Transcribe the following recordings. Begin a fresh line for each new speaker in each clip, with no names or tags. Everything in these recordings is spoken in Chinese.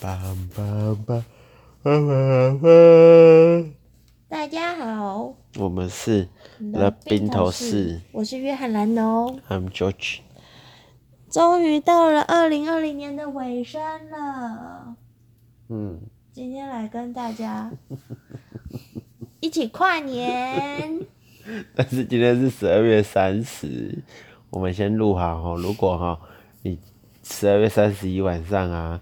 梆梆梆梆梆梆。
大家好，
我们是
你
来
的
冰头士
我是约翰兰农。
，I'm George。
终于到了二零二零年的尾声了，
嗯，
今天来跟大家一起跨年。
但是今天是十二月三十，我们先录好哈。如果哈你十二月三十一晚上啊，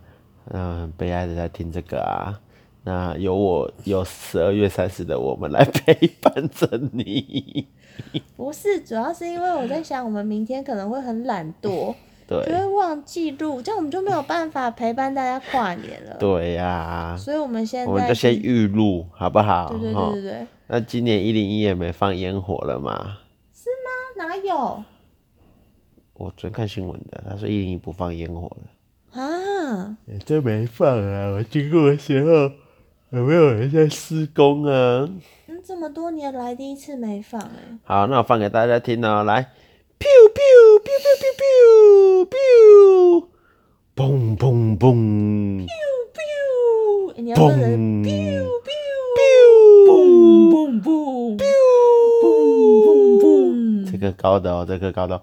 嗯，很悲哀的在听这个啊。那有我有十二月三十的我们来陪伴着你，
不是，主要是因为我在想，我们明天可能会很懒惰，
对
就会忘记录，这样我们就没有办法陪伴大家跨年 了。
对呀、
所以我们现在
我们就先
是
预录好不好？
对对对
齁
对啊对，
那今年一零一也没放烟火了嘛？
哪有
我昨天看新闻的，他说一零一不放烟火了。
啊？
欸、这没放啊！我经过的时候，有没有人在施工啊？
嗯，这么多年来第一次没放哎、
好，那我放给大家听哦，来，biu biu biu biu biu biu，嘣嘣嘣，
biu，欸你要不
嘣
能
biu biu
boom boom boom boom
biu，
boom，
这个高的哦，这个高的哦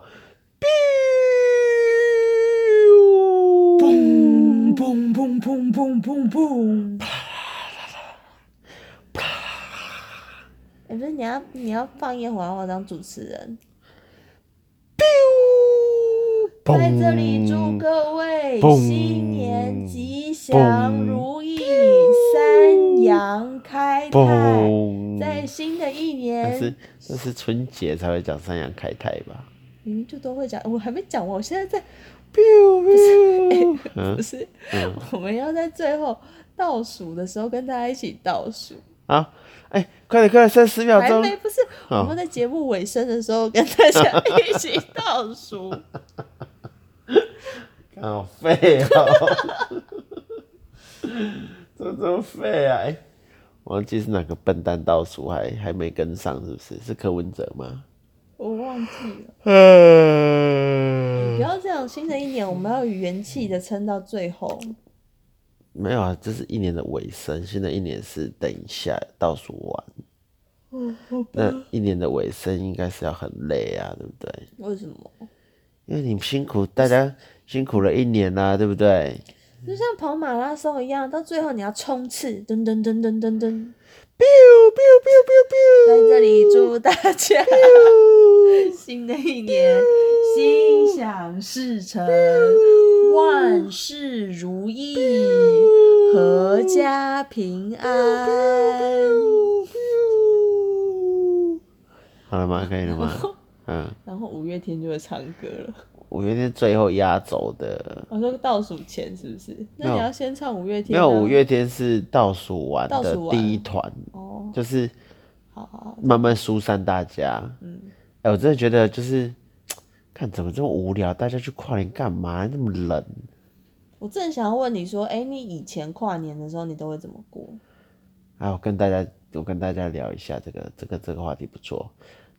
，biu
boom boom boom boom boom boom boom。哎，不是你要你要放烟火，然后我当主持人，
biu，
在这里祝各位
嘣
新年吉祥如意，三阳开泰，
嘣，
在新的一
但是
年，
那是春节才会讲三阳开泰吧？
明明就都会讲，我还没讲完，我现在在
biu biu，嗯
不是，我们要在最后倒数的时候跟大家一起倒数，
好，哎、快点快点，剩十秒
还
钟，
没不是，
好
我们在节目尾声的时候跟大家一起倒数。
啊好废哦， 这怎么废啊？哎、忘记是哪个笨蛋倒数还还没跟上，是不是？是柯文哲吗？
我忘记了，
嗯
不，要这样，新的一年我们要有元气的撑到最后。
没有啊，这是一年的尾声，新的一年是等一下倒数完，
嗯，好吧
那一年的尾声应该是要很累啊，对不对？
为什么？
因为你辛苦，大家辛苦了一年啦、对不对？
就像跑马拉松一样，到最后你要冲刺，噔噔噔噔噔噔。在这里祝大家新的一 年心想事成，万事如意，阖家平安。
好了吗？可以了吗？嗯，
然后五月天就会唱歌了，
五月天最后压轴的，
我说倒数前是不是？那
没
你
有
要先唱五月
没
天、啊。
有五月天是倒数完
倒
的
数完
第一团，
哦，
就是
好好好，
慢慢疏散大家。
嗯，
哎、我真的觉得就是，看怎么这么无聊，大家去跨年干嘛？那么冷，
我正想要问你说，哎、你以前跨年的时候你都会怎么过？
哎，我跟大家，我跟大家聊一下这个这个这个话题不错。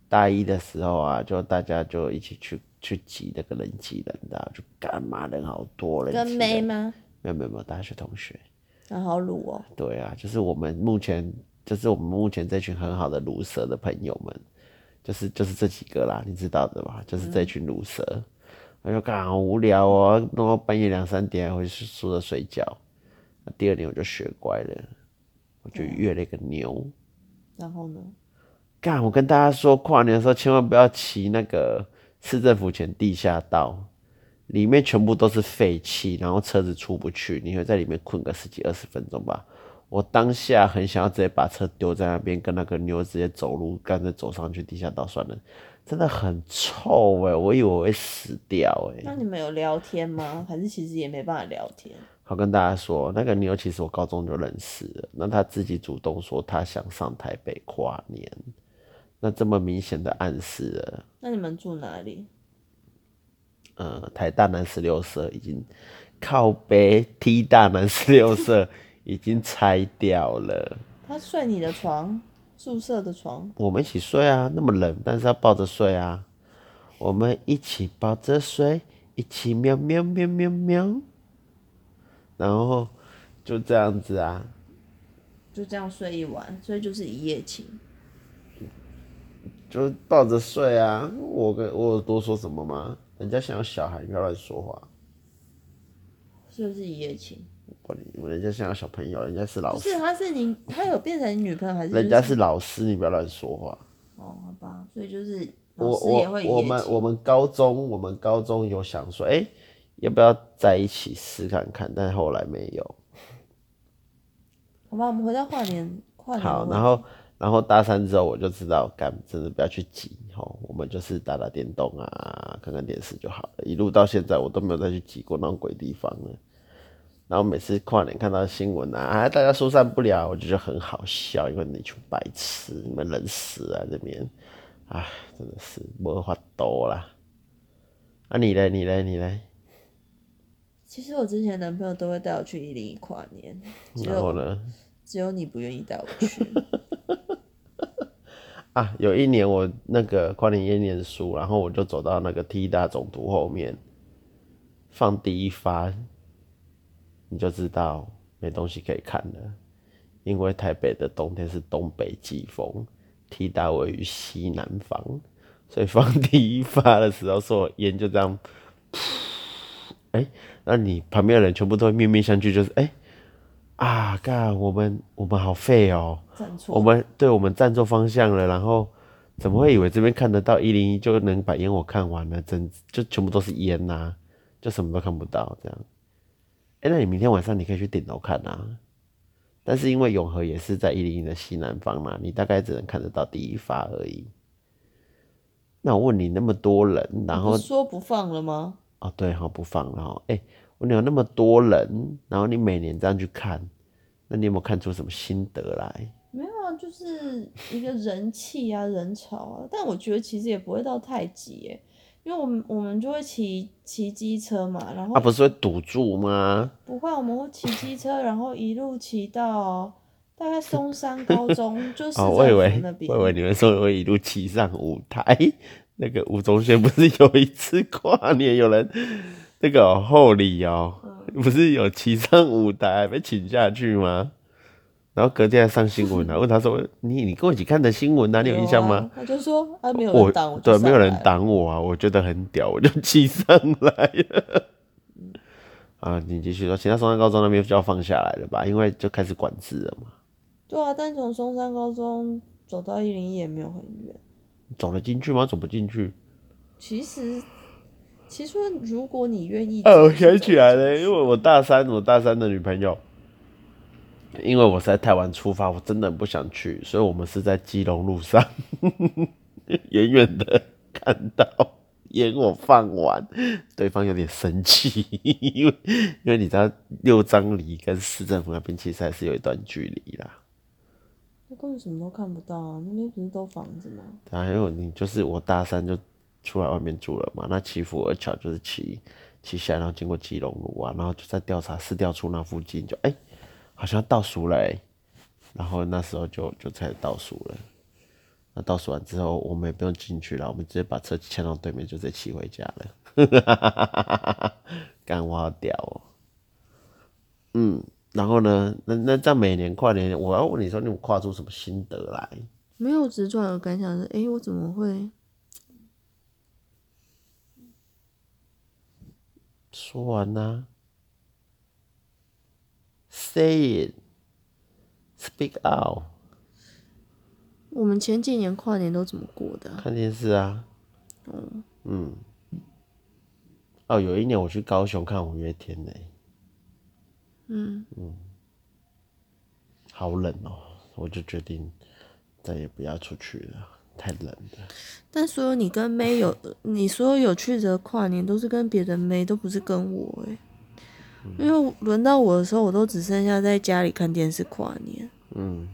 大一的时候啊，就大家就一起去去挤那个人挤人的啊，就干嘛人好多人
跟
挤
妹
人，
吗？
没有没有没有，大学同学。
然后卤哦，
对啊，就是我们目前，就是我们目前这群很好的卤蛇的朋友们，就是就是这几个啦，你知道的吧？就是这群卤蛇。我就干好无聊哦，弄到半夜两三点还回去宿舍睡觉。那第二年我就学乖了，我就约了一个牛。
然后呢？
干，我跟大家说，跨年的时候千万不要骑那个市政府前地下道，里面全部都是废气，然后车子出不去，你会在里面困个十几二十分钟吧。我当下很想要直接把车丢在那边，跟那个妞直接走路，干脆走上去地下道算了。真的很臭哎、我以为我会死掉哎、
那你们有聊天吗？还是其实也没办法聊天？
好跟大家说，那个妞其实我高中就认识了，那她自己主动说她想上台北跨年，那这么明显的暗示了。
那你们住哪里？
呃，台大男十六社已经靠北 T 大男十六社已经拆掉了。
他睡你的床，宿舍的床。
我们一起睡啊，那么冷，但是要抱着睡啊。我们一起抱着睡，一起喵喵喵喵喵。然后就这样子啊。
就这样睡一晚，所以就是一夜情。
就抱着睡啊！我跟我有多说什么吗？人家想要小孩，你不要乱说话。
是不是一夜情？
我你人家想要小朋友，人家是老
不
师
是，，他是你，他有变成你女朋友还是、就是？
人家是老师，你不要乱说话。
哦，好吧，所以就是
我
老师也会一
我我
夜
们
情
我们高中我们高中有想说，哎、要不要在一起试看看？但后来没有。
好吧，我们回到跨年跨年的
好
问，题。
然后然后大三之后我就知道，干真的不要去挤吼，我们就是打打电动啊，看看电视就好了。一路到现在我都没有再去挤过那种鬼地方了。然后每次跨年看到新闻啊，啊大家疏散不了，我就觉得很好笑，因为你群白痴，你们冷死啊这边，唉，真的是没法多啦。啊你嘞，你嘞，你嘞，
其实我之前男朋友都会带我去一零一跨年，只
然后
有
呢？
只有你不愿意带我 去。
啊，有一年我那个跨年夜念书，然后我就走到那个 T 大总图后面，放第一发，你就知道没东西可以看了，因为台北的冬天是东北季风，T 大位于西南方，所以放第一发的时候，所有烟就这样，哎、那你旁边的人全部都会面面相觑，就是哎、啊，干我们我们好废哦、
站错，
我们对我们站错方向了，然后怎么会以为这边看得到一零一就能把烟火看完呢？整就全部都是烟呐、就什么都看不到这样。哎、那你明天晚上你可以去顶楼看啊，但是因为永和也是在一零一的西南方嘛，你大概只能看得到第一发而已。那我问你，那么多人，然后
不是说不放了吗？
哦，对哈、不放了哈。哎、我有那么多人，然后你每年这样去看，那你有没有看出什么心得来？
没有啊，就是一个人气啊，人潮啊。但我觉得其实也不会到太挤耶，因为我们我们就会骑骑机车嘛，然后
啊，不是会堵住吗？
不会，我们会骑机车，然后一路骑到大概松山高 中，就是市
哦，
政
我以为
府那，边。
我以为你们说会一路骑上舞台。 那个吴宗宪不是有一次跨年有人那个哦厚礼哦，
嗯
不是有骑上舞台被请下去吗？然后隔天还上新闻啊 了，问他说：“你你跟我一起看的新闻啊，你有印象吗
啊？”他就说啊，没有
我
人挡我，
对，没有人。挡我啊，我觉得很屌，我就骑上来了。
嗯
啊，你继续说，其他松山高中那边就要放下来了吧，因为就开始管制了嘛，
对啊，但从松山高中走到一零一也没有很远。
走得进去吗？走不进去。
其实，其实如果你愿意，
哦，我想起来了，因为我大三，我大三的女朋友，因为我是在太晚出发，我真的很不想去，所以我们是在基隆路上， 远远的看到烟火放完，对方有点生气，因为因为你知道六张犁跟市政府那边其实还是有一段距离啦。
那根本什么都看不到啊！那边不是都房子吗？
然后你就是我大三就出来外面住了嘛，那祈福而桥就是骑骑下来，然后经过基隆路啊，然后就在调查市调处那附近就，哎，好像倒数了、欸，然后那时候就就开始倒数了。那倒数完之后，我们也不用进去了，我们直接把车牵到对面，就直接骑回家了。 干我好屌哦、嗯，然后呢，那那在每年跨年，我要问你说，你有跨出什么心得来？
没有，直转的感想是，诶，我怎么会？
说完啦、Say it, speak out，
我们前几年跨年都怎么过的啊、
看电视啊。嗯哦，有一年我去高雄看五月天呢、
嗯，
好冷哦、我就决定再也不要出去了，太冷了。
但所有你跟妹有，你所有有趣的跨年都是跟别的妹，都不是跟我诶、
嗯
因为轮到我的时候，我都只剩下在家里看电视跨年。
嗯，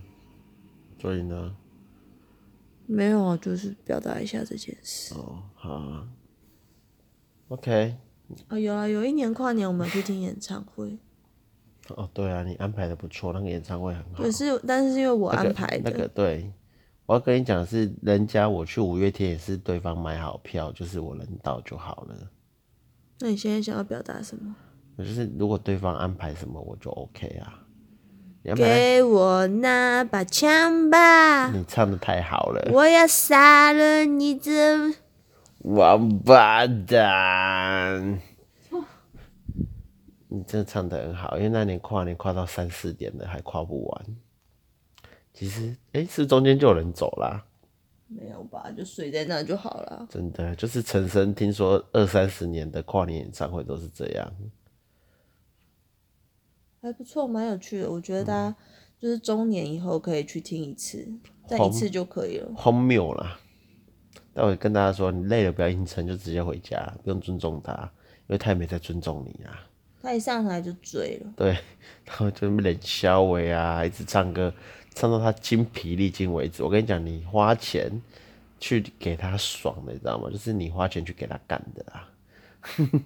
所以呢，
没有啊，就是表达一下这件事。
哦，好啊，OK，
哦，有啊，有一年跨年我们有去听演唱会，
哦，对啊，你安排的不错，那个演唱会很好
对，。是，但是因为我
哦那个
安排
那
的，
个对，我要跟你讲的是，人家我去五月天也是对方买好票，就是我能到就好了。
那你现在想要表达什么？
就是如果对方安排什么，我就 OK 啊。两百，
给我那把枪吧，
你唱的太好了，
我要杀了你这。
王八蛋！你真的唱的很好，因为那年跨年跨到三四点了，还跨不完。其实，哎、是不是中间就有人走啦、
没有吧，就睡在那就好了。
真的，就是陈升，听说二三十年的跨年演唱会都是这样。
还不错，蛮有趣的。我觉得大
嗯
家就是中年以后可以去听一次，再
好
一次就可以了。
荒谬啦！但我跟大家说，你累了不要硬撑，就直接回家，不用尊重他，因为他也没在尊重你啊。
他一上台就醉了，
对， 然后就冷笑伟啊，一直唱歌，唱到他精疲力尽为止。我跟你讲，你花钱去给他爽的，你知道吗？就是你花钱去给他干的啊。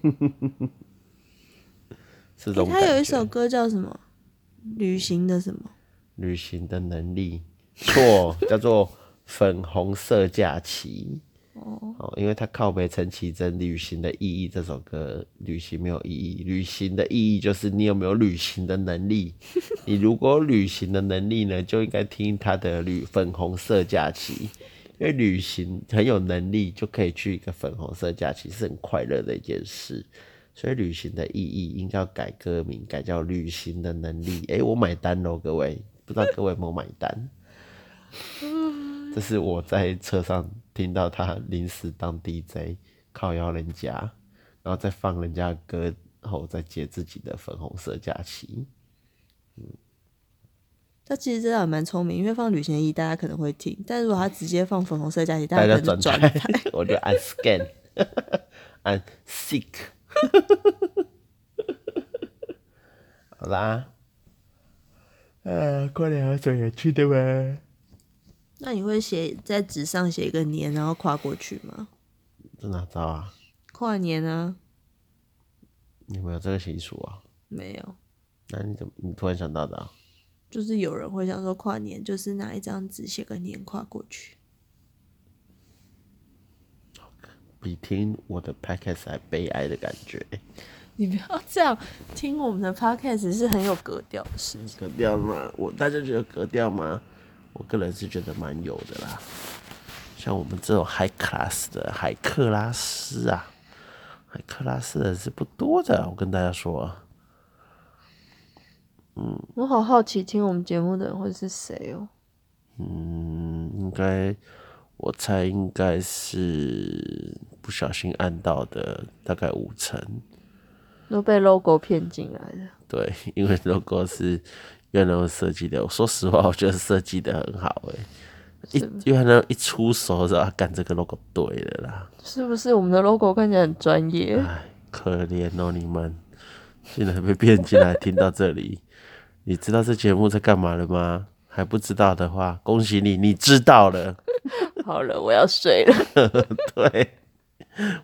是这种感
他
觉。
有一首歌叫什么？旅行的什么？
旅行的能力，错，叫做粉红色假期。哦，因为他靠北陈绮贞《旅行的意义》这首歌，旅行没有意义，旅行的意义就是你有没有旅行的能力。你如果有旅行的能力呢，就应该听他的旅粉红色假期，因为旅行很有能力，就可以去一个粉红色假期，是很快乐的一件事。所以旅行的意义应该要改歌名，改叫旅行的能力。诶、我买单喽，各位，不知道各位有没有买单？这是我在车上听到他临时当 DJ 靠邀人家，然后再放人家的歌后，再接自己的粉红色假期。
他其实真的还蛮聪明，因为放旅行的意义大家可能会听，但如果他直接放粉红色假期，大
大
家
家
可能
转
转
台，我就按 scan，按 seek。好啦，呃，过年有什么有趣的吗？
那你会写在纸上写一个年，然后跨过去吗？
这哪招啊？
跨年啊，
你们有这个习俗啊？
没有，
那你怎么你突然想到的、啊？
就是有人会想说跨年就是拿一张纸写个年跨过去。
比听我的 podcast 还悲哀的感觉，
你不要这样，听我们的 podcast 是很有格调的事情。
格调吗？我大家觉得格调吗？我个人是觉得蛮有的啦。像我们这种 high class 的海克拉斯啊，海克拉斯的是不多的，我跟大家说。
我好好奇，听我们节目的人会是谁哦？
嗯，应该，我猜应该是不小心按到的，大概五成。
都被 logo 骗进来的。
对， 因为 logo 是越南文设计的，我说实话，我觉得设计的很好诶、一越南一出手的时候，他干这个 logo 对了啦，
是不是我们的 logo 看起来很专业？
哎，可怜哦你们，竟然被骗进来，听到这里， 你知道这节目在干嘛了吗？还不知道的话，恭喜你，你知道了。
好了，我要睡了。
对，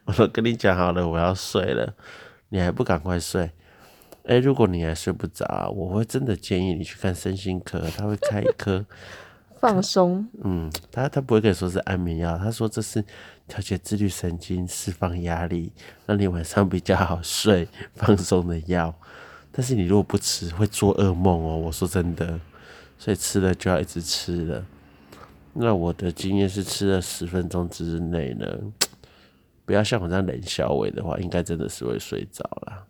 我都跟你讲好了，我要睡了，你还不赶快睡？哎、如果你还睡不着啊，我会真的建议你去看身心科，他会开一颗，
放松，
嗯，他他不会跟你说是安眠药，他说这是调节自律神经、释放压力，让你晚上比较好睡、放松的药。但是你如果不吃，会做噩梦哦。我说真的，所以吃了就要一直吃了。那我的经验是，吃了十分钟之内呢，不要像我这样冷小伟的话，应该真的是会睡着啦。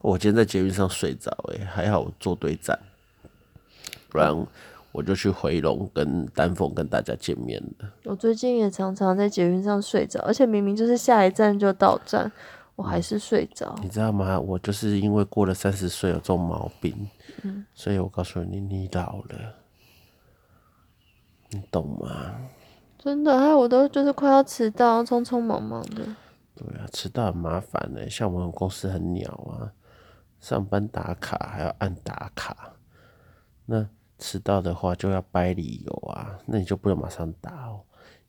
我今天在捷运上睡着，诶，还好我坐对站，不然我就去回龙跟丹凤跟大家见面了。
我最近也常常在捷运上睡着，而且明明就是下一站就到站，我还是睡着。
你知道吗？我就是因为过了三十岁有这种毛病，所以我告诉你，你老了，你懂吗？
真的，还哎有我都就是快要迟到，匆匆忙忙的。
对啊，迟到很麻烦的、像我们公司很鸟啊，上班打卡还要按打卡，那迟到的话就要掰理由啊，那你就不能马上打哦，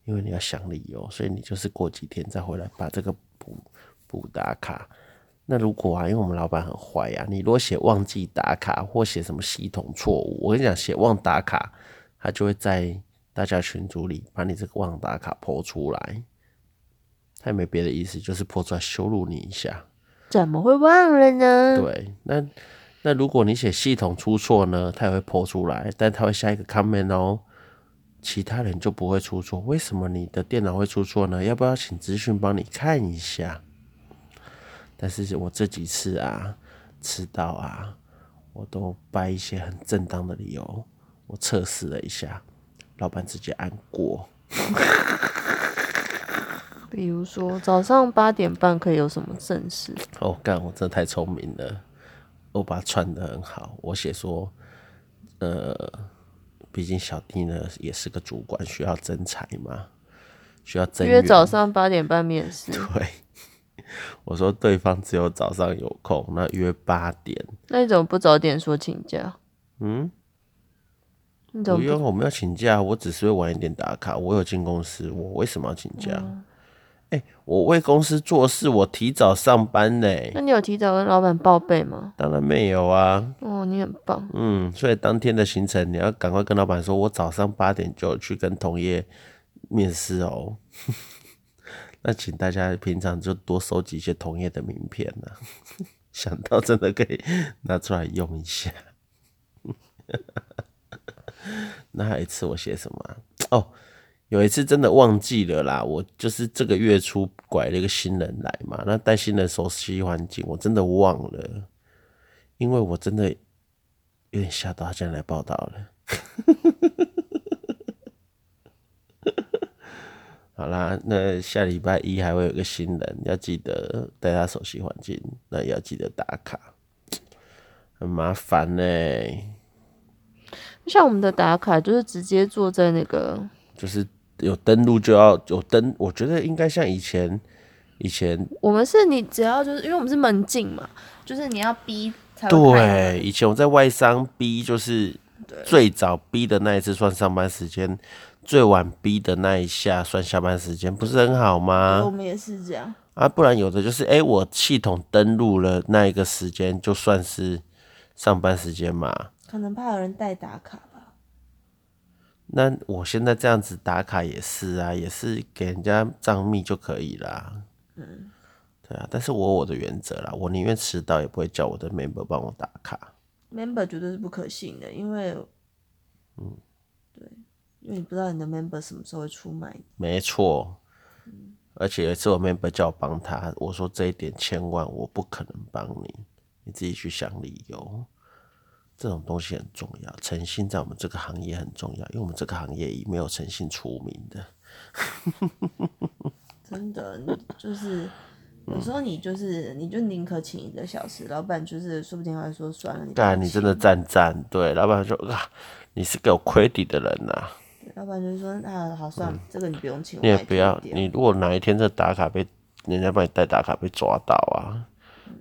因为你要想理由，所以你就是过几天再回来把这个补补打卡。那如果啊，因为我们老板很坏呀、你如果写忘记打卡或写什么系统错误，我跟你讲，写忘打卡，他就会在大家群组里把你这个忘打卡剖出来。他也没别的意思，就是破出来羞辱你一下。
怎么会忘了呢？
对，那那如果你写系统出错呢，它也会破出来，但它会下一个 comment 哦。其他人就不会出错，为什么你的电脑会出错呢？要不要请资讯帮你看一下？但是我这几次啊，迟到啊，我都掰一些很正当的理由，我测试了一下，老板直接按过。
比如说早上八点半可以有什么正事？
哦，干，我真的太聪明了，我把它串的很好。我写说，呃，毕竟小弟呢也是个主管，需要增才嘛，需要增
约
援。
早上八点半面试，
对， 我说对方只有早上有空，那约八点。
那你怎么不早点说请假？
嗯，
你怎
不
么不
用，我没有请假，我只是会晚一点打卡。我有进公司，我为什么要请假？哎、
嗯
哎我为公司做事，我提早上班呢。
那你有提早跟老板报备吗？
当然没有啊。
哦，你很棒，
嗯，所以当天的行程你要赶快跟老板说，我早上八点就去跟同业面试哦。 那请大家平常就多收集一些同业的名片呢、 想到真的可以拿出来用一下。 那还有一次我写什么啊、哦，有一次真的忘记了啦，我就是这个月初拐了一个新人来嘛，那带新人熟悉环境，我真的忘了，因为我真的有点吓到，他竟然来报道了。好啦，那下礼拜一还会有个新人，要记得带他熟悉环境，那也要记得打卡，很麻烦呢、
像我们的打卡就是直接坐在那个，
就是有登录就要有登，我觉得应该像以前，以前
我们是你只要就是因为我们是门禁嘛，就是你要逼才会开门
对，以前我在外商 B 就是最早 B 的那一次算上班时间，最晚 B 的那一下算下班时间，不是很好吗？
我们也是这样，
啊，不然有的就是，哎、我系统登录了那一个时间，就算是上班时间嘛。
可能怕有人代打卡吧。
那我现在这样子打卡也是啊，也是给人家账密就可以啦。嗯，对啊，但是我有我的原则啦，我宁愿迟到也不会叫我的 member 帮我打卡。
member 绝对是不可信的，因为，嗯，对，因为你不知道你的 member 什么时候会出卖你。
没错，而且有一次我 member 叫我帮他，我说这一点千万我不可能帮你，你自己去想理由。这种东西很重要，诚信在我们这个行业很重要，因为我们这个行业以没有诚信出名的。
真的，你就是有时候你就是你就宁可请一个小时，老板就是说不定还会说算了，你不要
啊干，你
请
真的赞赞，对，老板说啊，你是给我亏底的人呐、
老板就说啊好算了，这个你不用请，
你也
我把
嗯不要，
退掉
你如果哪一天这打卡被人家把你带打卡被抓到啊，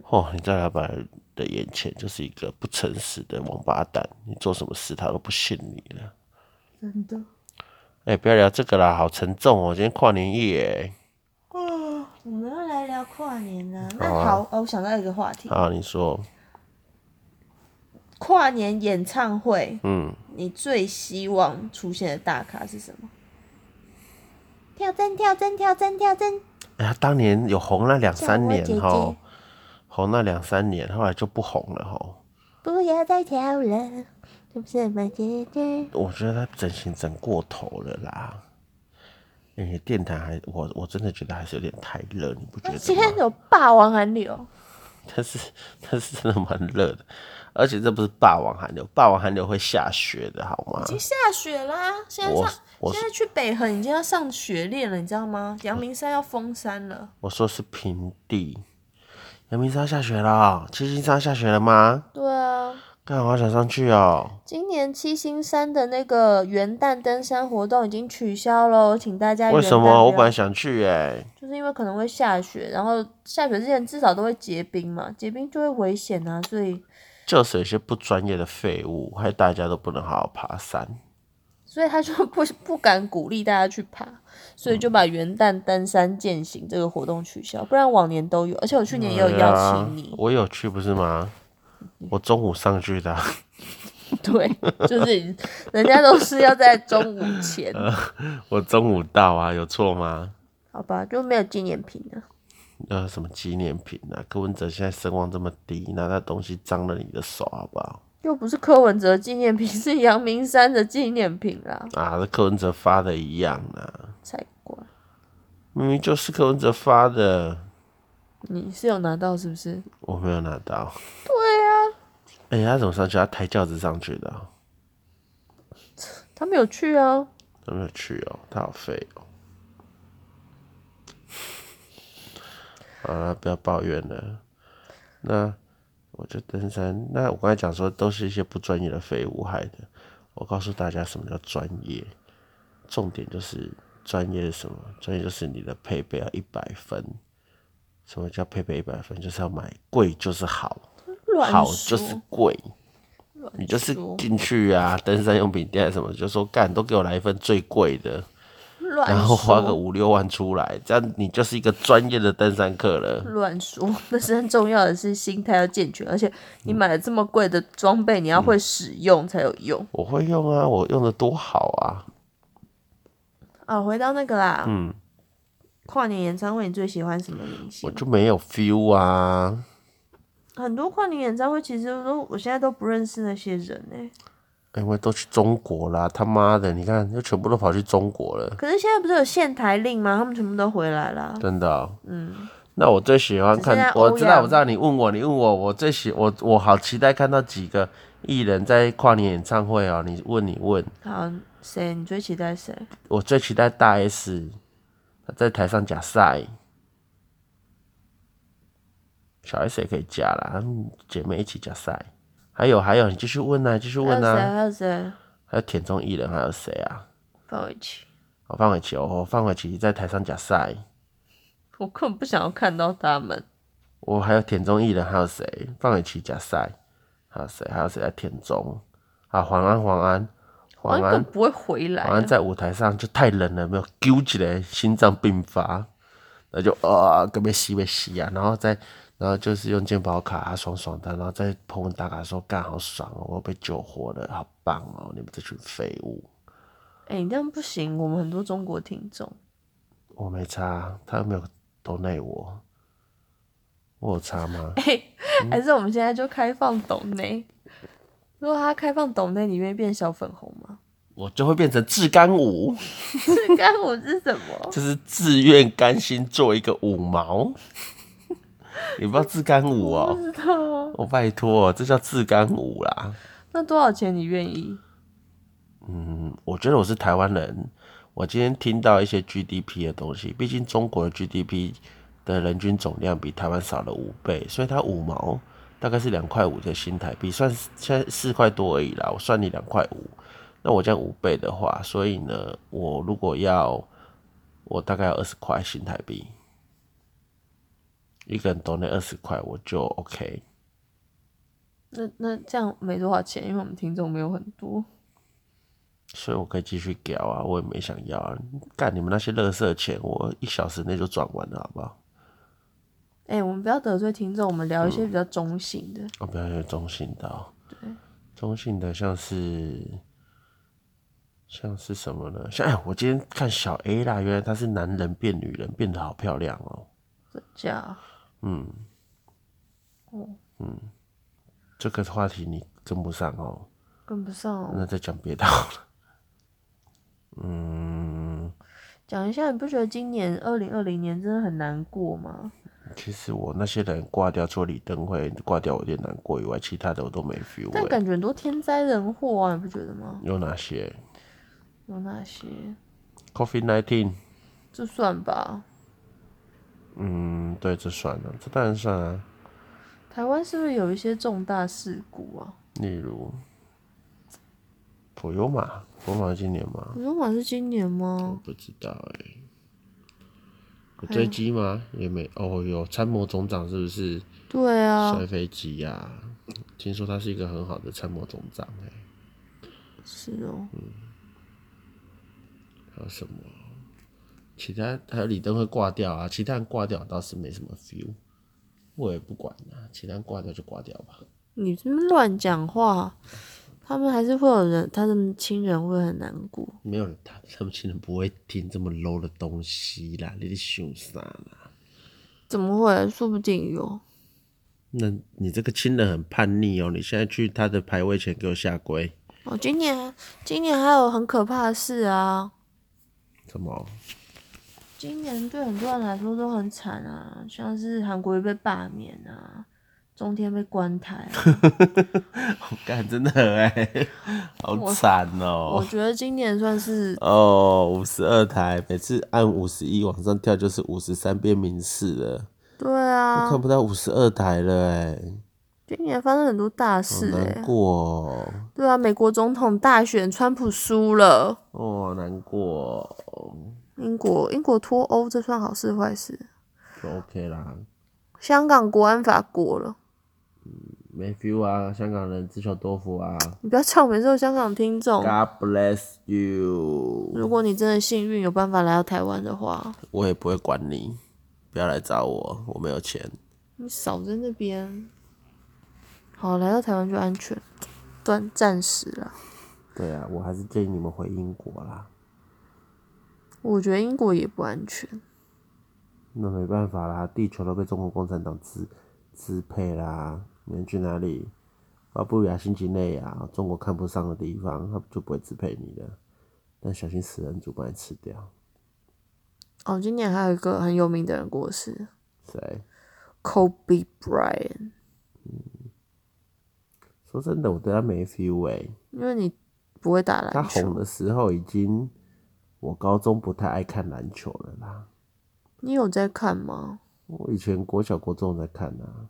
哦，你在老板的眼前就是一个不诚实的王八蛋，你做什么事他都不信你了。
真的，
哎、不要聊这个啦，好沉重哦、今天跨年夜、
我们要来聊跨年啦、那
好啊
好，哦，我想到一个话题
欸，，啊，你说，
跨年演唱会，
嗯，
你最希望出现的大咖是什么？跳针，跳针，跳针，跳针。
哎、呀，当年有红那两三年
叫我姐姐
哈，红那两三年，后来就不红了哈。
不要再跳了，是不是蛮姐姐？
我觉得他整形整过头了啦。哎、你电台还我我真的觉得还是有点太热，你不觉
那
得
今天
吗？
有霸王寒流，
但是但是真的蛮热的，而且这不是霸王寒流，霸王寒流会下雪的好吗
已？经下雪啦、现在
我
上，
我
现在去北横已经要上雪链了，你知道吗？阳明山要封山了。
我说是平地，阳明山下雪了，七星山下雪了吗？
对啊，
干，我好想上去哦。
今年七星山的那个元旦登山活动已经取消了，请大家
为
元
什
旦
么？
不
我本
要
来想去耶、
就是因为可能会下雪，然后下雪之前至少都会结冰嘛，结冰就会危险啊，所以
就是有些不专业的废物，害大家都不能好好爬山。
所以他就 不不敢鼓励大家去爬，所以
嗯
就把元旦登山践行这个活动取消，不然往年都有，而且我去年也有
对
邀
啊
请你，
我有去不是吗？我中午上去的啊、
对，就是人家都是要在中午前，
嗯我中午到啊，有错吗？
好吧，就没有纪念品了。
呃什么纪念品啊。柯文哲现在声望这么低，拿那东西脏了你的手好不好？
又不是柯文哲纪念品， 是阳明山的纪念品啦，
啊，这柯文哲发的一样啊，
才怪！
明明就是柯文哲发的，
你是有拿到是不是？
我没有拿到。
对啊，
哎、他怎么上去？他抬轿子上去的哦、
他没有去啊，
他没有去哦，他好废哦。 好了，不要抱怨了。那我就登山。那我刚才讲说，都是一些不专业的废物害的。我告诉大家什么叫专业，重点就是专业是什么？专业就是你的配备要一百分。什么叫配备一百分？就是要买贵就是好，
乱
好
说
就是贵。你就是进去啊，登山用品店什么，就说干都给我来一份最贵的，
乱
然后花个
说
五六万出来，这样你就是一个专业的登山客了。
乱说， 但是很重要的是心态要健全，而且
嗯
你买了这么贵的装备，你要会使用才有用、
我会用啊，我用的多好啊，
啊。回到那个啦，
嗯，
跨年演唱会你最喜欢什么明
我
星？啊
就没有 feel 啊。
很多跨年演唱会其实我都我现在都不认识那些人哎、
因为都去中国啦，他妈的，你看，又全部都跑去中国了，
可是现在不是有限台令吗？他们全部都回来了。
真的哦、
嗯，
那我最喜欢
只剩
看
下，
我
欧
知道，
阳
我知道，你问我，你问我，我最喜我我好期待看到几个艺人在跨年演唱会哦。你问你问，
好，谁你最期待谁？
我最期待大 S 他在台上假赛，小 S 也可以假啦，她们姐妹一起假赛。还有还有，你继续问啊，继续问
还有谁？
啊。
还有谁？
还有田中艺人，还有谁啊？
放回去。
哦，范玮琪哦，范玮琪在台上假赛。
我根本不想要看到他们。
我哦还有田中艺人，还有谁？范玮琪假赛，还有谁？还有谁在田中？啊，黄安，黄安，
我
黄
哦根
安
本，不会回来
黄安
啊。
在舞台上就太冷了，没有揪起来，心脏病发，那就啊，跟被吸被吸啊，然后再，然后就是用健保卡啊，爽爽的，然后再碰打卡说干好爽哦，我被救活了，好棒哦，你们这群废物，
哎、你这样不行，我们很多中国听众。
我没差，他又没有都内我，我有差吗？
哎、还是我们现在就开放抖内。如果他开放抖内，你愿意变小粉红吗？
我就会变成志刚五。
这干我是什么？
就是自愿甘心做一个五毛。你不知道自甘舞哦、
不知道啊。
我、拜托、这叫自甘舞啦。
那多少钱你愿意？
嗯，我觉得我是台湾人，我今天听到一些 GDP 的东西，毕竟中国的 GDP 的人均总量比台湾少了五倍，所以它五毛大概是两块五的新台币，算是现在四块多而已啦，我算你两块五，那我这样五倍的话，所以呢，我如果要，我大概要二十块新台币，一个人懂那二十块我就 OK，
那那这样没多少钱，因为我们听众没有很多。
所以我可以继续屌啊，我也没想要啊，干你们那些垃圾钱，我一小时内就赚完了，好不好？
哎、我们不要得罪听众，我们聊一些比较中性的。
哦，比较有中性的、哦。中性的像是像是什么呢？像哎，我今天看小 A 啦，原来她是男人变女人，变得好漂亮哦。
这样，
嗯，
哦
嗯，这个话题你跟不上哦，
跟不上哦、
那再讲别的 好了。嗯，
讲一下，你不觉得今年二零二零年真的很难过吗？
其实我那些人挂掉，除了李登辉挂掉，我有点难过以外，其他的我都没 feel
但
欸、
感觉很多天灾人祸啊，你不觉得吗？
有哪些
有哪些？
？Coffee nineteen。
就算吧。
嗯，对，这算了，这当然算啊。
台湾是不是有一些重大事故啊？
例如，普悠玛，普悠玛今年吗？
普通马是今年
我
吗？
不知道哎、有坠机吗？也没哦，有参谋总长是不是
对啊
摔，飞机呀、听说他是一个很好的参谋总长哎、啊
是哦。
还有什么？其他还有李登辉挂掉啊，其他人挂掉倒是没什么 feel，我也不管啊，其他人挂掉就挂掉吧。
你这么乱讲话，他们还是会有人，他的亲人会很难过。
没有人，他他们亲人不会听这么 low 的东西啦，你在想啥啦？
怎么会？说不定有。
那你这个亲人很叛逆哦，你现在去他的牌位前给我下跪，
哦，今年今年还有很可怕的事啊！
什么？
今年对很多人来说都很惨啊，像是韩国瑜被罢免啊，中天被关台啊、
我干，真的哎，好惨
我
哦。
觉得今年 算是
哦，五十二台，每次按五十一往上跳就是五十三变民事了，
对
我
啊
看，不到五十二台了哎，
今年发生很多大
好
事哎、
难过哦。
对啊，美国总统大选，川普输 了，
哦，难过哦
英国英国脱欧，这算好事坏事？
就 OK 啦，
香港国安法过了，
没 feel 啊，香港人自求多福啊。
你不要叫我们这种香港听众。
God bless you，
如果你真的幸运有办法来到台湾的话，
我也不会管你，不要来找我，我没有钱。
你少在那边。好，来到台湾就安全，短暂时啦。
对啊，我还是建议你们回英国啦。
我觉得英国也不安全，
那没办法啦，地球都被中国共产党支支配啦。你们去哪里？巴布亚新几内亚，中国看不上的地方，他就不会支配你的。但小心食人族把你吃掉。
哦，今年还有一个很有名的人过世
谁？
，Kobe Bryant，
说真的，我对他没 feel 哎、
因为你不会打
他
篮
红
球，
的时候已经，我高中不太爱看篮球了啦。
你有在看吗？
我以前国小、国中有在看啊。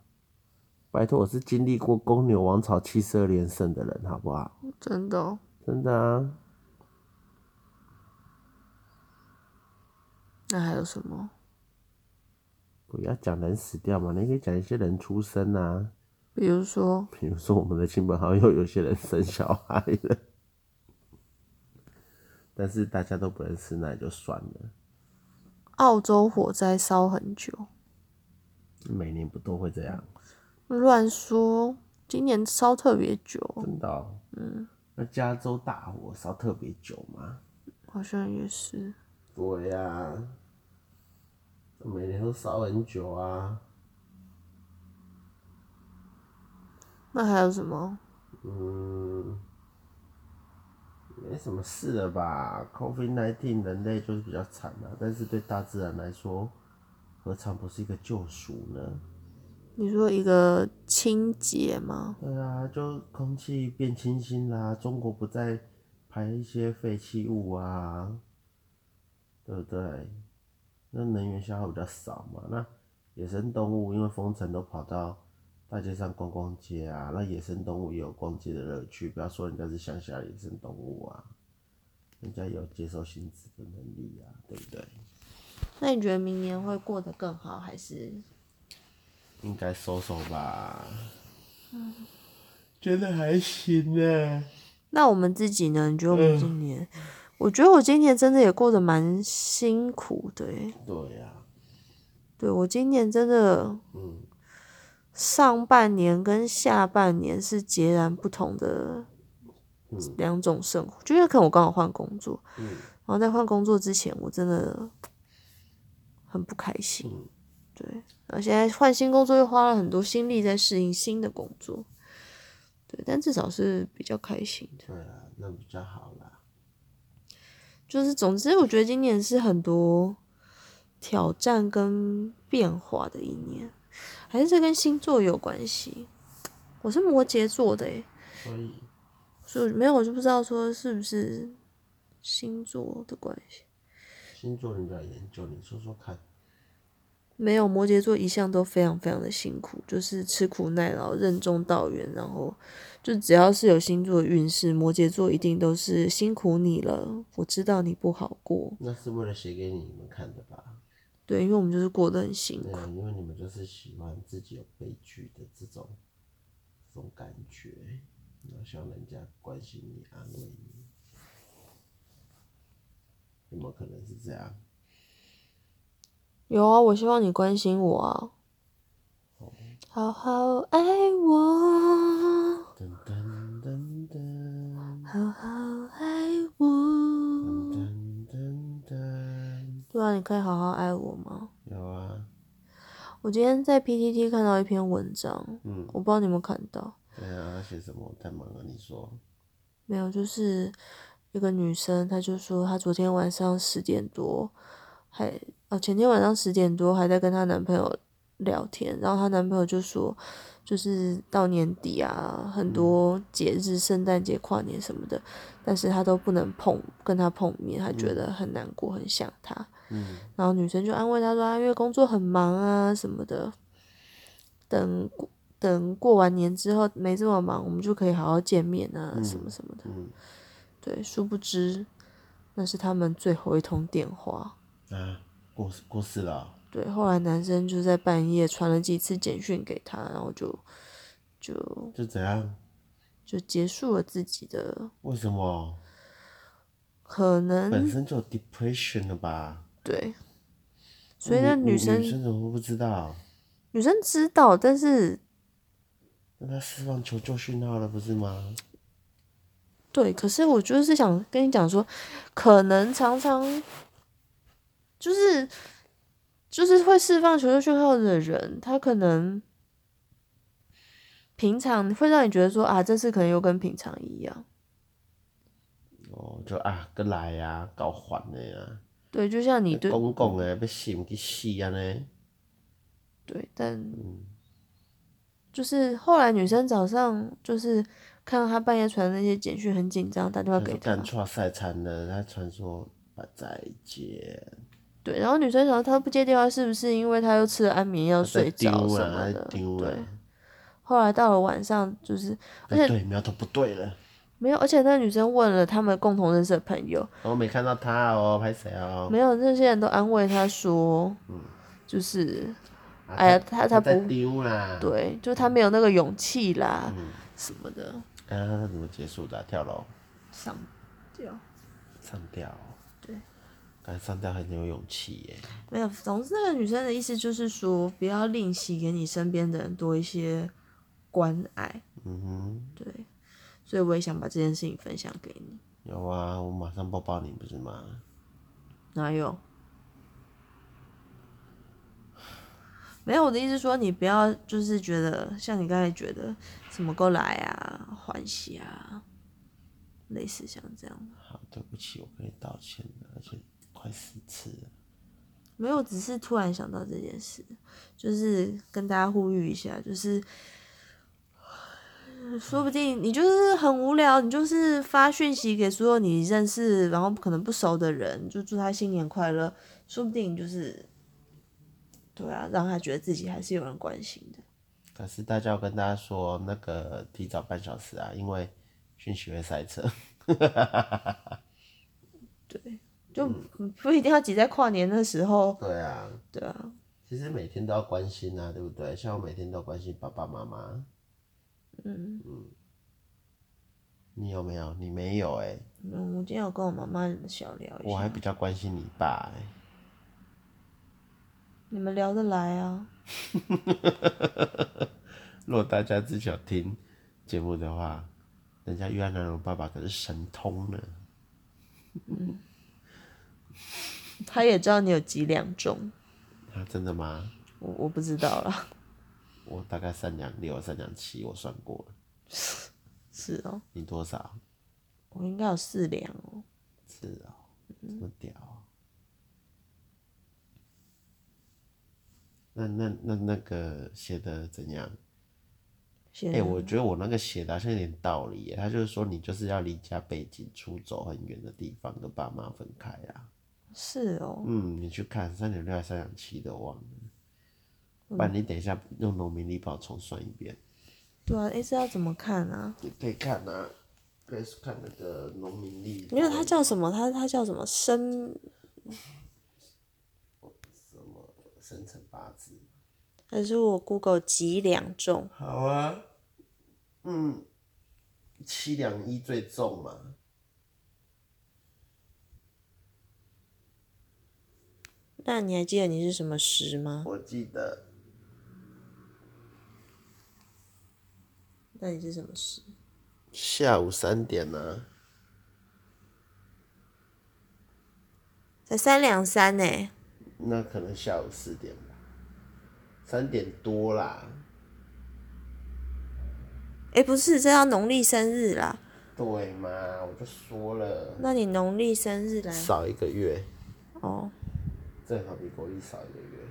拜托，我是经历过公牛王朝七十二连胜的人，好不好？
真的哦、
真的啊，
那还有什么？
不要讲人死掉嘛，你可以讲一些人出生啊。
比如说，
比如说我们的亲朋好友，有些人生小孩了， 但是大家都不认识，那也就算了。
澳洲火灾烧很久，
每年不都会这样？
乱说，今年烧特别久，
真的、哦？嗯。那加州大火烧特别久吗？
好像也是。
对呀、每年都烧很久啊。
那还有什么？
嗯，没什么事了吧？COVID 19人类就是比较惨啊，但是对大自然来说，何尝不是一个救赎呢？
你说一个清洁吗？
对啊，就空气变清新啦，中国不再排一些废弃物啊，对不对？那能源消耗比较少嘛，那野生动物因为封城都跑到大街上逛逛街啊，那野生动物也有逛街的乐趣，不要说人家是乡下的野生动物啊，人家有接受薪资的能力啊，对不对？
那你觉得明年会过得更好，还是
应该收手吧，嗯觉得还行啊呢。
那我们自己呢？你觉得我们今年？我觉得我今年真的也过得蛮辛苦的欸耶。
对啊呀、
对我今年真的
嗯。
上半年跟下半年是截然不同的两种生活，就是可能我刚好换工作，然后在换工作之前，我真的很不开心。对，然后现在换新工作又花了很多心力在适应新的工作，对，但至少是比较开心的。
对啊，那比较好啦。
就是总之，我觉得今年是很多挑战跟变化的一年，还是这跟星座有关系。我是摩羯座的诶，
所以
所以我没有我就不知道说是不是星座的关系。
星座你比较研究，你说说看。
没有，摩羯座一向都非常非常的辛苦，就是吃苦耐劳、任重道远，然后就只要是有星座的运势，摩羯座一定都是辛苦你了，我知道你不好过。
那是为了写给你们看的吧？
对，因为我们就是过得很辛苦
对。啊，因为你们就是喜欢自己有悲剧的这种这种感觉，然后希望人家关心你、安慰你，有没有可能是这样？
有啊，我希望你关心我啊，好好爱我，
噔噔噔噔
好好爱我。
噔噔噔，
对啊，你可以好好爱我吗？
有啊，
我今天在 PTT 看到一篇文章，
嗯，
我不知道你有没有看到，
对啊，他写什么？我太忙了，你说。
没有，就是一个女生，她就说她昨天晚上十点多还哦，前天晚上十点多还在跟她男朋友聊天，然后她男朋友就说，就是到年底啊，很多节日，圣诞节、跨年什么的，但是她都不能碰跟她碰面，她觉得很难过，很想她。
嗯
然后女生就安慰他说：“啊，因为工作很忙啊什么的，等过等过完年之后没这么忙，我们就可以好好见面啊，什么什么的。
嗯
对，殊不知那是他们最后一通电话。
啊，过世过世了啊、
对，后来男生就在半夜传了几次简讯给他，然后就就
就怎样？
就结束了自己的
为什么？
可
本
能
身就有 depression 了吧？
对，所以那
女
女生
女生怎么会不知道？
女生知道，但是
那她释放求救讯号了，不是吗？
对，可是我就是想跟你讲说，可能常常就是就是会释放求救讯号的人，他可能平常会让你觉得说啊，这次可能又跟平常一样。
哦，就啊，个来啊，搞烦的呀、
对，就像你对
公公的要死唔去死啊呢？
对，但
嗯
就是后来女生早上就是看到他半夜传的那些简讯，很紧张，打电话
他
给
说
他
干。错赛餐了，他传说啊再见，
对，然后女生想说他不接电话，是不是因为他又吃了安眠药
他在
睡着
丢
什
了，
么
他在
的？
丢啊
对
了。，
后来到了晚上，就是而
哎
且
对，苗头不对了，
没有，而且那女生问了他们共同认识的朋友，
我没看到他哦，拍谁哦？嗯
没有，那些人都安慰她说，就是
啊
哎呀
他
他他
在
不
丢啊啦。
对，就她没有那个勇气啦，
嗯
什么的，
刚刚他怎么结束的啊？跳楼，
上吊，
上吊哦。
对
刚上吊很有勇气耶。
没有。总之，那个女生的意思就是说，不要吝惜给你身边的人多一些关爱，
嗯哼，
对。所以我也想把这件事情分享给你。
有啊，我马上抱抱你，不是吗？
哪有？没有，我的意思是说，你不要就是觉得像你刚才觉得什么够来啊、欢喜啊，类似像这样的。
好，对不起，我跟你道歉了，而且快十次了。
没有，只是突然想到这件事，就是跟大家呼吁一下，就是说不定你就是很无聊，你就是发讯息给所有你认识然后可能不熟的人，就祝他新年快乐，说不定就是对啊，让他觉得自己还是有人关心的。
可是大家要跟大家说，那个提早半小时啊，因为讯息会塞车。
对，就
嗯
不一定要挤在跨年的时候。
对啊，
对啊，
其实每天都要关心啊，对不对？像我每天都关心爸爸妈妈。
嗯
你有没有？你没有哎、
嗯，我今天有跟我妈妈小聊一
我还
下
比，较关心你爸哎、
你们聊得来啊？
如果大家之前有听节目的话，人家约翰南龙爸爸可是神通呢。
他也知道你有几两重，
啊，真的吗？
我我不知道啦。
我大概三两六、三两七，我算过了。
是哦，
你多少？
我应该有四两哦。
是哦，这么屌哦、那那那那个写的怎样？
现
哎、
在、
我觉得我那个写的好像有点道理耶。他就是说，你就是要离家背景，出走很远的地方，跟爸妈分开啊。
是哦，
嗯，你去看三点六还是三点七的，忘了。不然你等一下用农民历帮我重算一遍。
对啊，诶，这要怎么看啊？
你可以看啊，可以看那个农民历。
没有，他叫什么？他他叫什么？生
什么生辰八字。
还是我 Google 几两重？
好啊，嗯，七两一最重嘛。
那你还记得你是什么十吗？
我记得
那你是什么十？
下午三点呢、啊。
才三两三呢、
那可能下午四点吧，三点多啦，
哎、不是，这要农历生日啦。
对嘛，我就说了，
那你农历生日来
少一个月，
哦，
正好比国历少一个月。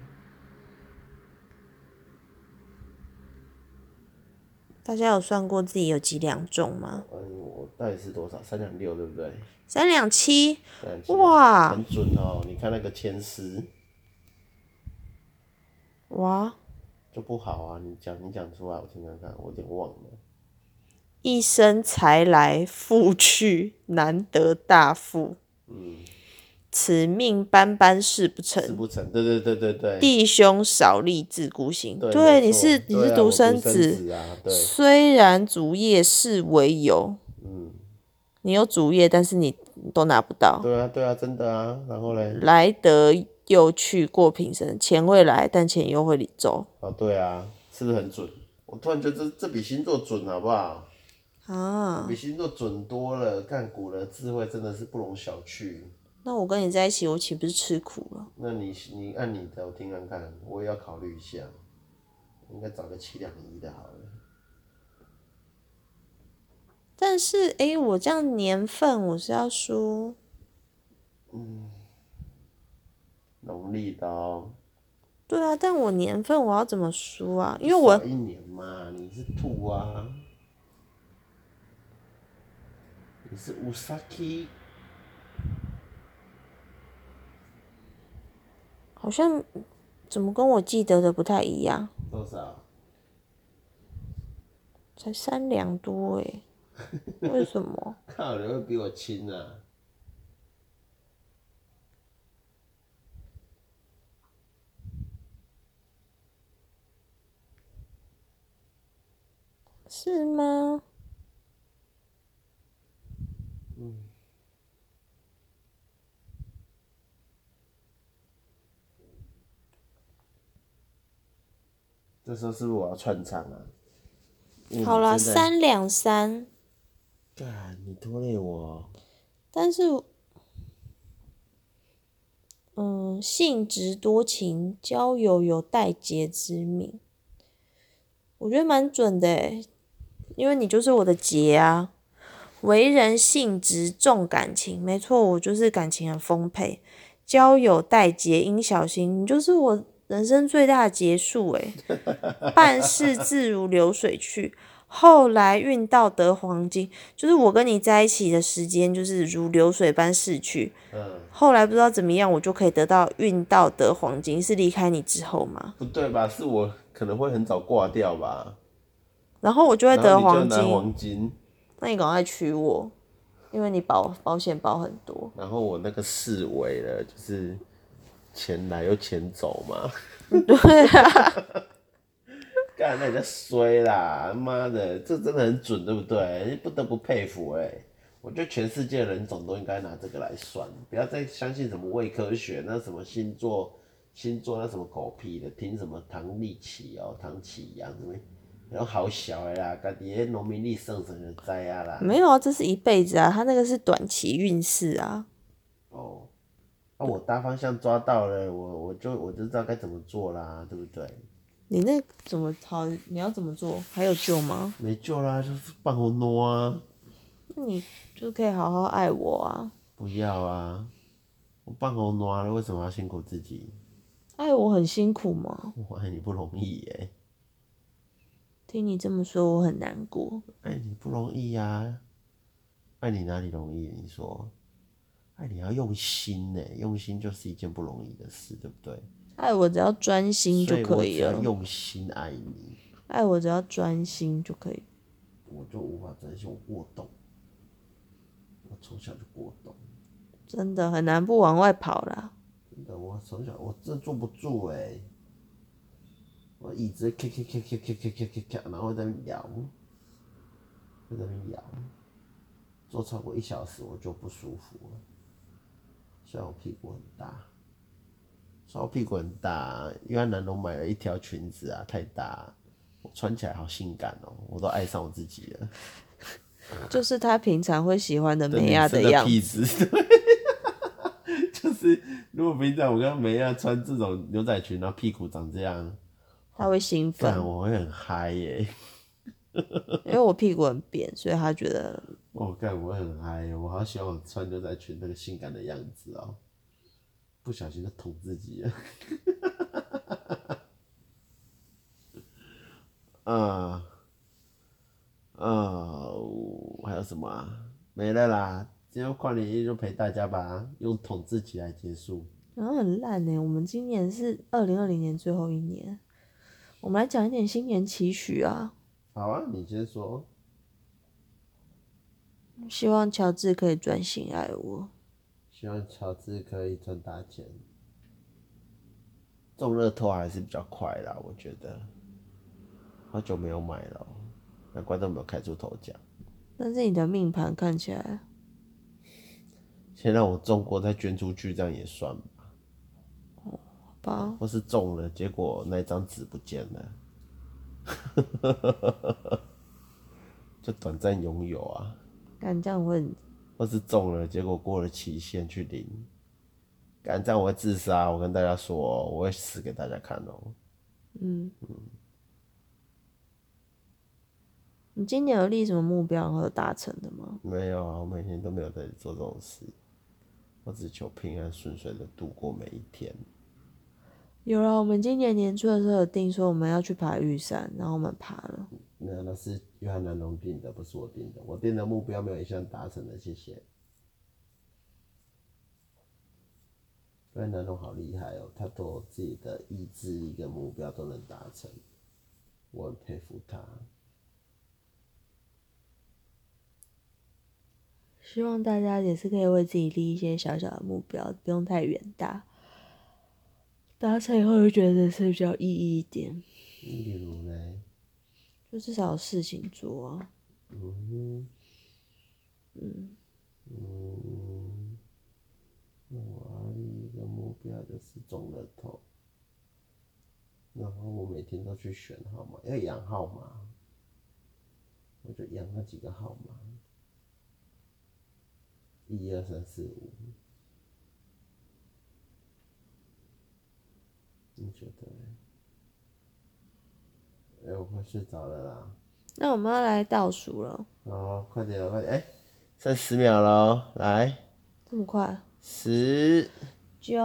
大家有算过自己有几两重吗？
嗯，我到底是多少？三两六对不对？
三两七，
三两七
哇
很准哦！你看那个千丝
哇，
就不好啊，你讲你讲出来，我听看看，我有点忘了。
一生才来富去，难得大富。此命斑斑事不
是
成，
不成，对对对对对。
弟兄少力自孤行。
对，没
你
错
是你
对
是
啊
独
我
生
子
子，
啊，对，
虽然主业是为由，
嗯，
你有主业，但是你都拿不到。
对啊对啊，真的啊。然后嘞，
来得又去过平生，钱会来，但钱又会走
哦对啊，是不是很准？我突然觉得这这比星座准好不好？
啊。
比星座准多了，看古人智慧真的是不容小觑。
那我跟你在一起，我岂不是吃苦了？
那你你按你的，我听看看，我也要考虑一下，应该找个七两一的好了。
但是，诶，我这样年份我是要输
农历的哦，
对啊，但我年份我要怎么输啊？因为我
少一年嘛，你是兔啊，你是乌萨 k
好像怎么跟我记得的不太一样，
多少？
才三两多 诶，为什么？
靠，你会比我轻啊？
是吗？
这时候是不是我要串场啊？因为你
好啦，
真的。
三两三，
干，你拖累我。
但是我，嗯，性直多情，交友有待劫之命，我觉得蛮准的欸，因为你就是我的劫啊。为人性直重感情，没错，我就是感情很丰沛。交友待劫，应小心，你就是我人生最大的劫数诶。办事自如流水去，后来运到得黄金，就是我跟你在一起的时间，就是如流水般逝去。
嗯，
后来不知道怎么样，我就可以得到运到得黄金，是离开你之后嘛？
不对吧？是我可能会很早挂掉吧？
然后我就会
然
得
后
黄
你就
金。
拿黄金，
那你赶快娶我，因为你保保险保很多，
然后我那个四维了，就是钱来又钱走嘛。
啊
对啊。干，那你在衰啦！妈的，这真的很准，对不对？不得不佩服哎、我觉得全世界人种都应该拿这个来算，不要再相信什么伪科学，那什么星座、星座那什么狗屁的，听什么唐立奇哦、唐启阳什么，然后好小的啦，家己的农民历算算就知啊啦。
没有啊，这是一辈子啊，他那个是短期运势啊。
哦，那、我大方向抓到了，我我就我就知道该怎么做啦，对不对？
你那怎么好？你要怎么做？还有救吗？
没救啦，就是半红挪啊，
那你就可以好好爱我啊，
不要啊，我半红挪了，为什么要辛苦自己？
爱我很辛苦吗？
我爱你不容易耶、
听你这么说，我很难过。
爱你不容易呀、啊，爱你哪里容易？你说，爱你要用心呢、用心就是一件不容易的事，对不对？
爱我只要专心
所
就
以我
可
只
以
要
了。
用心爱你，
爱哎我只要专心就可以。
我就无法专心，我过动，我从小就过动。
真的很难不往外跑 啦。
真的，我从小我真的坐不住哎、我椅子咔咔咔咔咔咔咔咔咔，然后在那边摇，在那边摇，坐超过一小时我就不舒服了。虽然我屁股很大，虽然我屁股很大，因为南龙买了一条裙子啊，太大，我穿起来好性感哦、我都爱上我自己了。
就是他平常会喜欢的
对
美亚
女生
样子，
屁子， 对，就是如果平常我跟梅亚穿这种牛仔裙，然后屁股长这样，
他会兴
不
奋
然，我会很嗨耶、
因为我屁股很扁，所以他觉得
我哦干、我会很嗨耶、我好喜欢我穿牛仔裙那个性感的样子哦、不小心就捅自己了。啊啊，我还有什么啊？没了啦，今天跨年夜就陪大家吧，用捅自己来结束。
然后嗯很烂呢、我们今年是二零二零年最后一年，我们来讲一点新年期许啊，
好啊，你先说。
希望乔治可以专心爱我。
希望乔治可以赚大钱。中乐透还是比较快啦，我觉得。好久没有买了哦，难怪都没有开出头奖。
但是你的命盘看起来，
先让我中过再捐出去，这样也算吧。
好吧，
或是中了，结果那张纸不见了， 就短暂拥有啊。
敢这样问，
或是中了，结果过了期限去领，敢这样我会自杀。我跟大家说哦、我会死给大家看哦、
嗯，你今年有立什么目标然后有达成的吗？
没有啊，我每天都没有在做这种事，我只求平安顺遂的度过每一天。
有了，我们今年年初的时候有定说我们要去爬玉山，然后我们爬了。
那那是约翰南龙定的，不是我定的。我定的目标没有一项达成的，谢谢。约翰南龙好厉害哦，他对我自己的意志力跟目标都能达成，我很佩服他。
希望大家也是可以为自己立一些小小的目标，不用太远大，达成以后就觉得是比较有意义一点，
例如呢，
就至少有事情做啊。
嗯哼，嗯，那我要立一个目标就是中了头，然后我每天都去选号码，要养号码，我就养那几个号码，一二三四五，你觉得嘞？哎、我快睡着了啦。
那我们要来倒数了，
哦，快点了，快点！哎、剩十秒了哦，来，
这么快？
十、
九、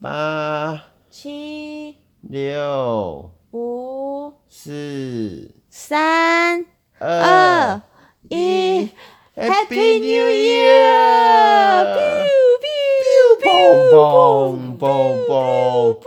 八、
七、
六、
五、
四、
三、
二
二、一
，Happy New
Year！
Year！嘣嘣嘣嘣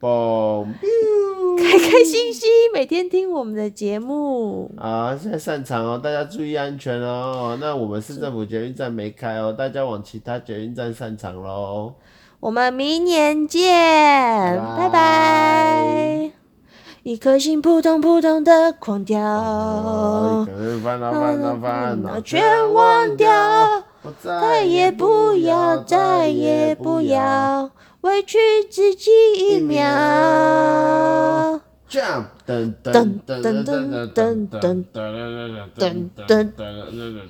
嘣！
开开心心，每天听我们的节目。
啊，现在散场哦，大家注意安全哦。那我们市政府捷运站没开哦，大家往其他捷运站散场喽。
我们明年见，
拜
拜拜。一颗心扑通扑通的狂跳，
哦，烦恼烦恼烦恼
全
全忘
忘
掉，
掉，
我再
再也
也
不
不要，
要，再
再
也
也
不
不要。
要委屈自己一秒。
Jump！噔
噔
噔噔
噔
噔
噔
噔噔噔
噔噔噔
噔
噔
噔
噔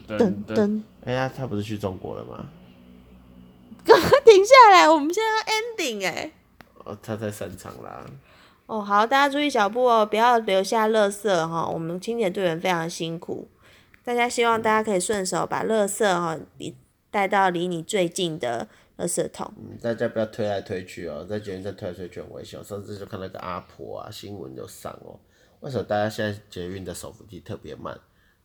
噔噔。
噔，
哎呀，他不是去中国了吗？
赶快停下来，我们现在要 ending 哎、
哦，他在散场啦。
哦，好，大家注意脚步哦，不要留下垃圾哈、我们清洁队员非常辛苦，大家希望大家可以顺手把垃圾哈、你带到离你最近的垃圾桶。
嗯大家不要推来推去哦，在捷运站推来推去很危险。我上次就看到一个阿婆啊，新闻有上哦。为什么大家现在捷运的手扶梯特别慢？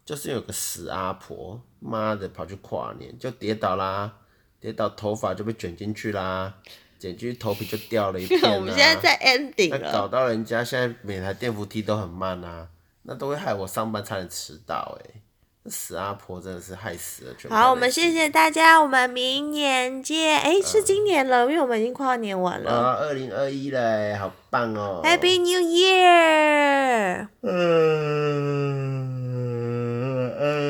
就是有个死阿婆，妈的跑去跨年就跌倒啦，跌倒头发就被卷进去啦，卷进去头皮就掉了一片、啊。
我们现在在 ending
那搞
了，
到人家现在每台电扶梯都很慢啊，那都会害我上班差点迟到哎、死阿婆真的是害死了全部。
好，我们谢。谢大家，我们明年见。哎、是今年了，因为我们已经快要年完了。
啊，二零二一了耶，好棒哦
Happy New Year！
嗯。Uh,